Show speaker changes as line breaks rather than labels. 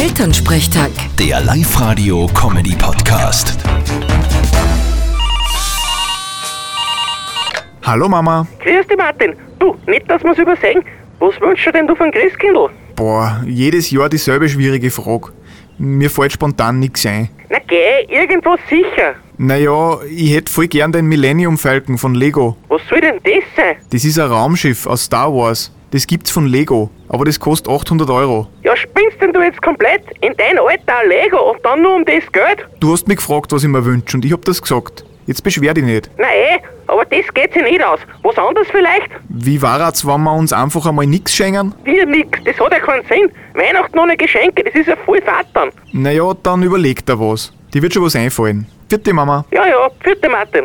Elternsprechtag.
Der Live-Radio-Comedy-Podcast.
Hallo Mama.
Grüß dich, Martin. Du, nicht, dass wir's übersehen. Was wünschst du denn du von Christkindl?
Boah, jedes Jahr dieselbe schwierige Frage. Mir fällt spontan nichts ein.
Na geh, irgendwas sicher.
Naja, ich hätte voll gern den Millennium Falcon von Lego.
Was soll denn das sein?
Das ist ein Raumschiff aus Star Wars. Das gibt's von Lego, aber das kostet 800 Euro.
Ja, spinnst denn du jetzt komplett in dein Alter ein Lego und dann nur um das Geld?
Du hast mich gefragt, was ich mir wünsche, und ich hab das gesagt. Jetzt beschwer dich nicht.
Na eh, aber das geht sich nicht aus. Was anderes vielleicht?
Wie war's, wenn wir uns einfach einmal nichts schenken?
Wir nix, das hat ja keinen Sinn. Weihnachten ohne Geschenke, das ist ja voll Vatern.
Naja, dann überlegt er was. Dir wird schon was einfallen. Vierte Mama.
Ja, ja, vierte Martin.